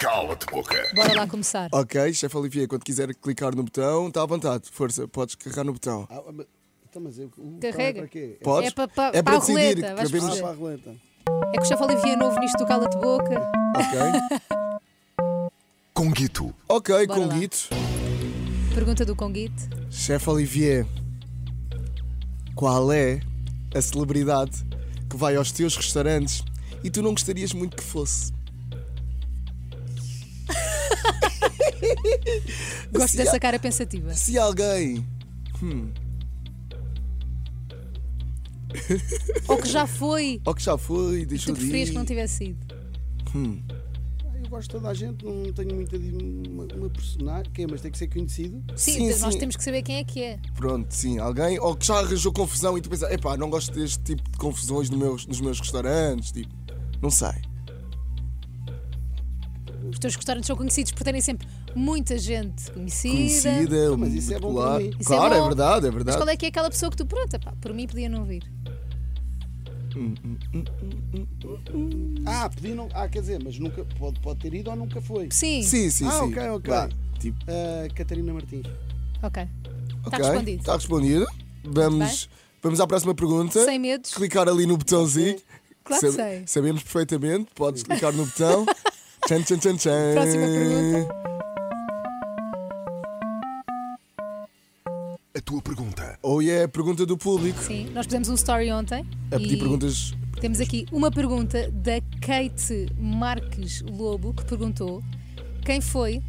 Cala-te, boca. Bora lá começar. Ok, chefe Olivier, quando quiser clicar no botão, está à vontade. Força, podes carregar no botão. Ah, mas- então, mas eu, o Carrega. carro é para quê? É Podes? É pa- pa- é para para a decidir. roleta, vais cabemos- perceber. para- Ah, para a roleta. É que o chefe Olivier é novo nisto do cala-te boca. Ok, Conguito. ok, Bora lá. Conguito. Pergunta do Conguite. Chefe Olivier, qual é a celebridade que vai aos teus restaurantes e tu não gostarias muito que fosse? Gosto Se dessa há- cara pensativa. Se alguém. Ou que já foi. Ou que já foi, Tu deixou de preferias ir. que não tivesse sido. Ah, Eu gosto de toda a gente, não tenho muita de- uma, uma personagem. Quê? Mas tem que ser conhecido. Sim, então Sim, nós sim. temos que saber quem é que é. Pronto, sim, alguém. Ou que já arranjou confusão e tu pensas, epá, não gosto deste tipo de confusões no meus- nos meus restaurantes. Tipo, não sei. Os teus restaurantes são conhecidos por terem sempre muita gente conhecida. conhecida, mas muito isso é bom popular. para mim. Isso é Claro, é, bom. verdade, é Mas verdade. qual é que é aquela pessoa que tu, pronto, pá, por mim podia não vir. Ah, pediram. Ah, quer dizer, mas nunca. Pode, pode ter ido ou nunca foi. Sim. Sim, sim, Ah, sim. ok, ok. Vá, tipo, Tá Ah, Catarina Martins. Ok. Está ok, respondido. Está respondido. Vamos, vamos à próxima pergunta. Sem medos. Clicar ali no botãozinho. Claro que sei. Sabemos perfeitamente. Podes clicar no botão. tchan, tchan, tchan, tchan. Próxima pergunta. A tua pergunta. Ou é a pergunta do público. Sim. Nós fizemos um story ontem. A pedir e perguntas. Temos aqui uma pergunta da Kate Marques Lobo que perguntou quem foi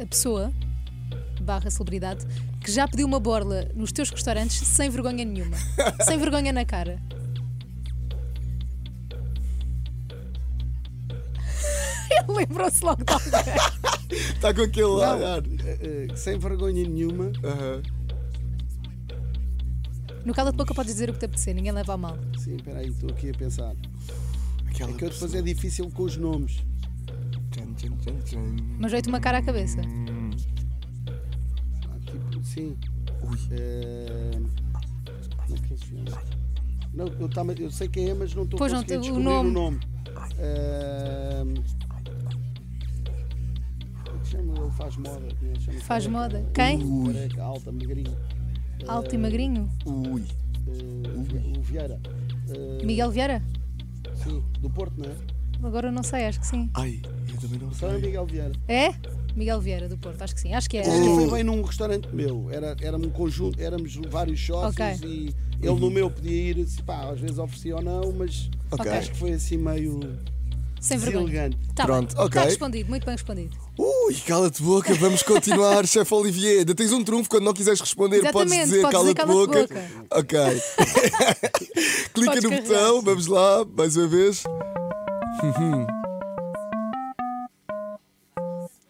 a pessoa barra celebridade que já pediu uma borla nos teus restaurantes sem vergonha nenhuma. sem vergonha na cara. Ele lembrou-se logo de alguém. Está Tá com aquele Não, olhar. ah, ah, sem vergonha nenhuma. Aham. No cala de boca podes dizer o que te apetecer, ninguém leva a mal. Sim, espera aí, estou aqui a pensar. Aquela É que eu pessoa. depois é difícil com os nomes. Tchan, tchan, tchan, tchan. Mas veio-te uma cara à cabeça. Ah, tipo, sim. Ui. Ah, como é que ele se chama? Não, eu, tava- eu sei quem é, mas não estou a Pois não, conseguir tem o descobrir nome. o nome. Ah, como é que chama? Ele faz moda. como é que chama? Faz Careca. moda. Quem? Ui, careca, alta, magrinho. Alto e magrinho. Ui. Ah, o Vieira. Ah, Miguel Vieira? Sim, do Porto, não é? Agora eu não sei, acho que sim. Ai, eu também não Só é sei. Miguel Vieira. É? Miguel Vieira do Porto, acho que sim. Acho que é. Esta foi bem num restaurante meu, era, era um conjunto, éramos vários sócios Ok. e ele no meu podia ir, se pá, às vezes oferecia ou não, mas Ok. acho que foi assim meio é. Sem vergonha. deselegante. Tá Pronto, bem. ok. Está respondido, muito bem respondido. Ui, cala-te boca, vamos continuar, chefe Olivier. Ainda tens um trunfo quando não quiseres responder, podes Exatamente, dizer podes dizer cala-te boca. cala-te Ok. Clica Podes no carregar. botão, vamos lá, mais uma vez.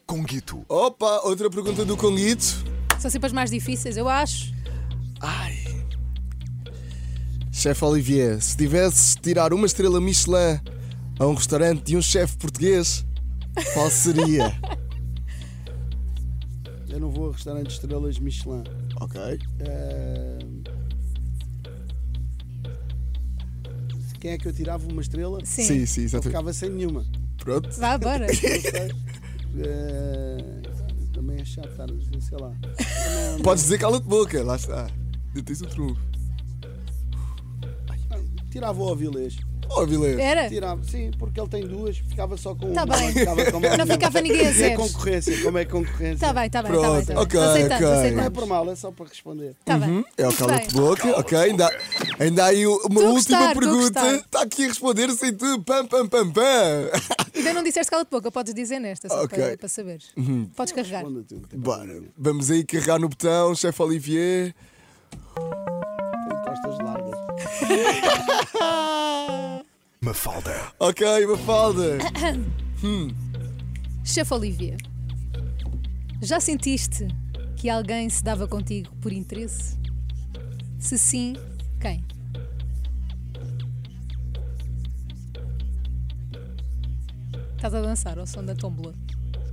Conguito. Opa, outra pergunta do Conguito. São sempre as mais difíceis, eu acho. Ai. Chefe Olivier, se tivesses de tirar uma estrela Michelin a um restaurante de um chefe português, qual seria? Eu não vou a restaurantes estrelas Michelin. ok. Ah, Quem é que eu tirava uma estrela? Sim. Sim, sim, Eu exatamente. ficava sem nenhuma. Pronto. Vá, bora. Não sei. Ah, também é chato estar a dizer, sei lá. Eu não- Podes dizer cala-te boca, lá está. Ainda tens um trunfo. Tirava o Avilés. Oh, Vilés. Era? Tirava, sim, porque ele tem duas, ficava só com Tá uma. bem. Ficava com mais Não uma. ficava ninguém a E é zeros. concorrência, como é concorrência. Está bem, está bem, está bem. Pronto, Tá bem. ok, aceitamos, ok. Não é aceitamos. por mal, é só para responder. Tá bem. É o Muito cala-te bem. boca, ok? Ainda, ainda há aí uma Estou a última gostar, estou a pergunta. gostar. Está aqui a responder sem tu. Pam, pam, pam, pam. Ainda não disseste cala de boca, podes dizer nesta, só Ok. Uhum. para, para saberes. Podes carregar. Responda tudo. Tem Bora, vamos aí carregar no botão, chefe Olivier. costas largas. Mafalda. Ok, Mafalda. Hum. Chefe Olivier, já sentiste que alguém se dava contigo por interesse? Se sim, quem? Estás a dançar ao som da tombola.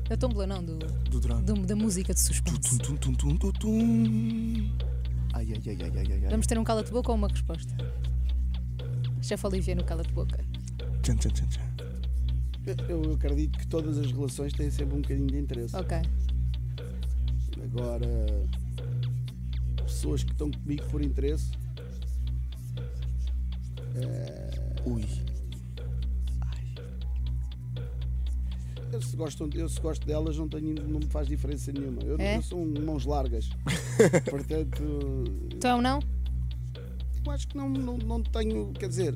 Da tombola não, do, Do drama. do- da música de suspense. Tum, tum, tum, tum, tum. Ai, ai, ai, ai, ai, ai, ai. Vamos ter um cala-te-boca ou uma resposta? Chefe Olivier no cala-te-boca. Tchan, tchan, tchan, tchan. Eu, eu acredito que todas as relações têm sempre um bocadinho de interesse. Ok. Agora, pessoas que estão comigo por interesse, Ui. eu se gosto, eu se gosto delas não, tenho, não me faz diferença nenhuma. Eu, É? eu sou um de mãos largas. Portanto, Então não? eu acho que não, não, não tenho. Quer dizer,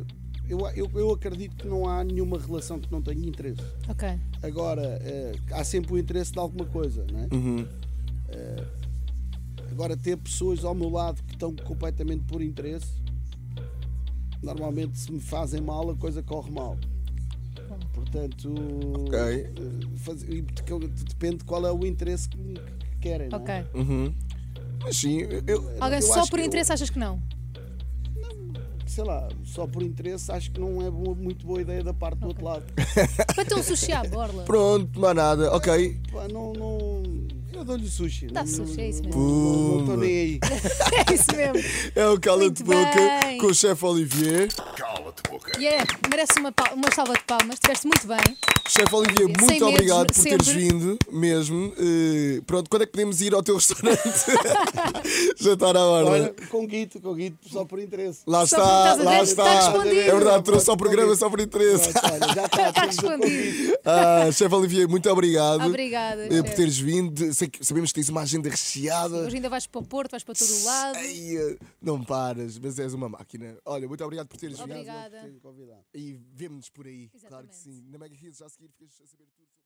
eu, eu, eu acredito que não há nenhuma relação que não tenha interesse. Ok. Agora, eh, há sempre o interesse de alguma coisa, não é? Uhum. Agora, ter pessoas ao meu lado que estão completamente por interesse, normalmente se me fazem mal, a coisa corre mal. Portanto, eh, faz- e porque eu- depende de qual é o interesse que, me- que querem. não é? Ok. Uhum. Mas sim, eu. Alguém eu só acho por que eu- interesse achas que não? Sei lá, só por interesse acho que não é boa- muito boa ideia da parte do outro lado. Para ter um sushi à borla. Pronto, mais nada. Ok. Pá, não, não, eu dou-lhe sushi. Dá não- sushi, é isso não- mesmo. não- Não estou nem aí. É isso mesmo. É o cala Muito de boca bem. com o chefe Olivier. Cala-te, boca. E é, merece uma, pal- uma salva de palmas. Estiveste muito bem. Chefe Sem Olivier, muito medos, obrigado por sempre. teres vindo, mesmo. Eh, pronto, quando é que podemos ir ao teu restaurante? Já está na hora. Olha, com guito, com guito, só por interesse. Lá Só está, estás a lá ver, está. está Tá respondido. é verdade, trouxe ao programa só por interesse. Pronto, olha, já tá, está, Está temos o convite. respondido. Ah, chefe Olivier, muito obrigado. Obrigada, eh, por chefe. teres vindo. Sei que- sabemos que tens uma agenda recheada. Hoje ainda vais para o Porto, vais para todo o lado. Ei, eh, não paras, mas és uma máquina. Olha, muito obrigado por teres vindo. Obrigada. Convidado. E vemo-nos por aí. Claro que Exatamente. sim. Na Mega Hits já a seguir ficas a saber tudo.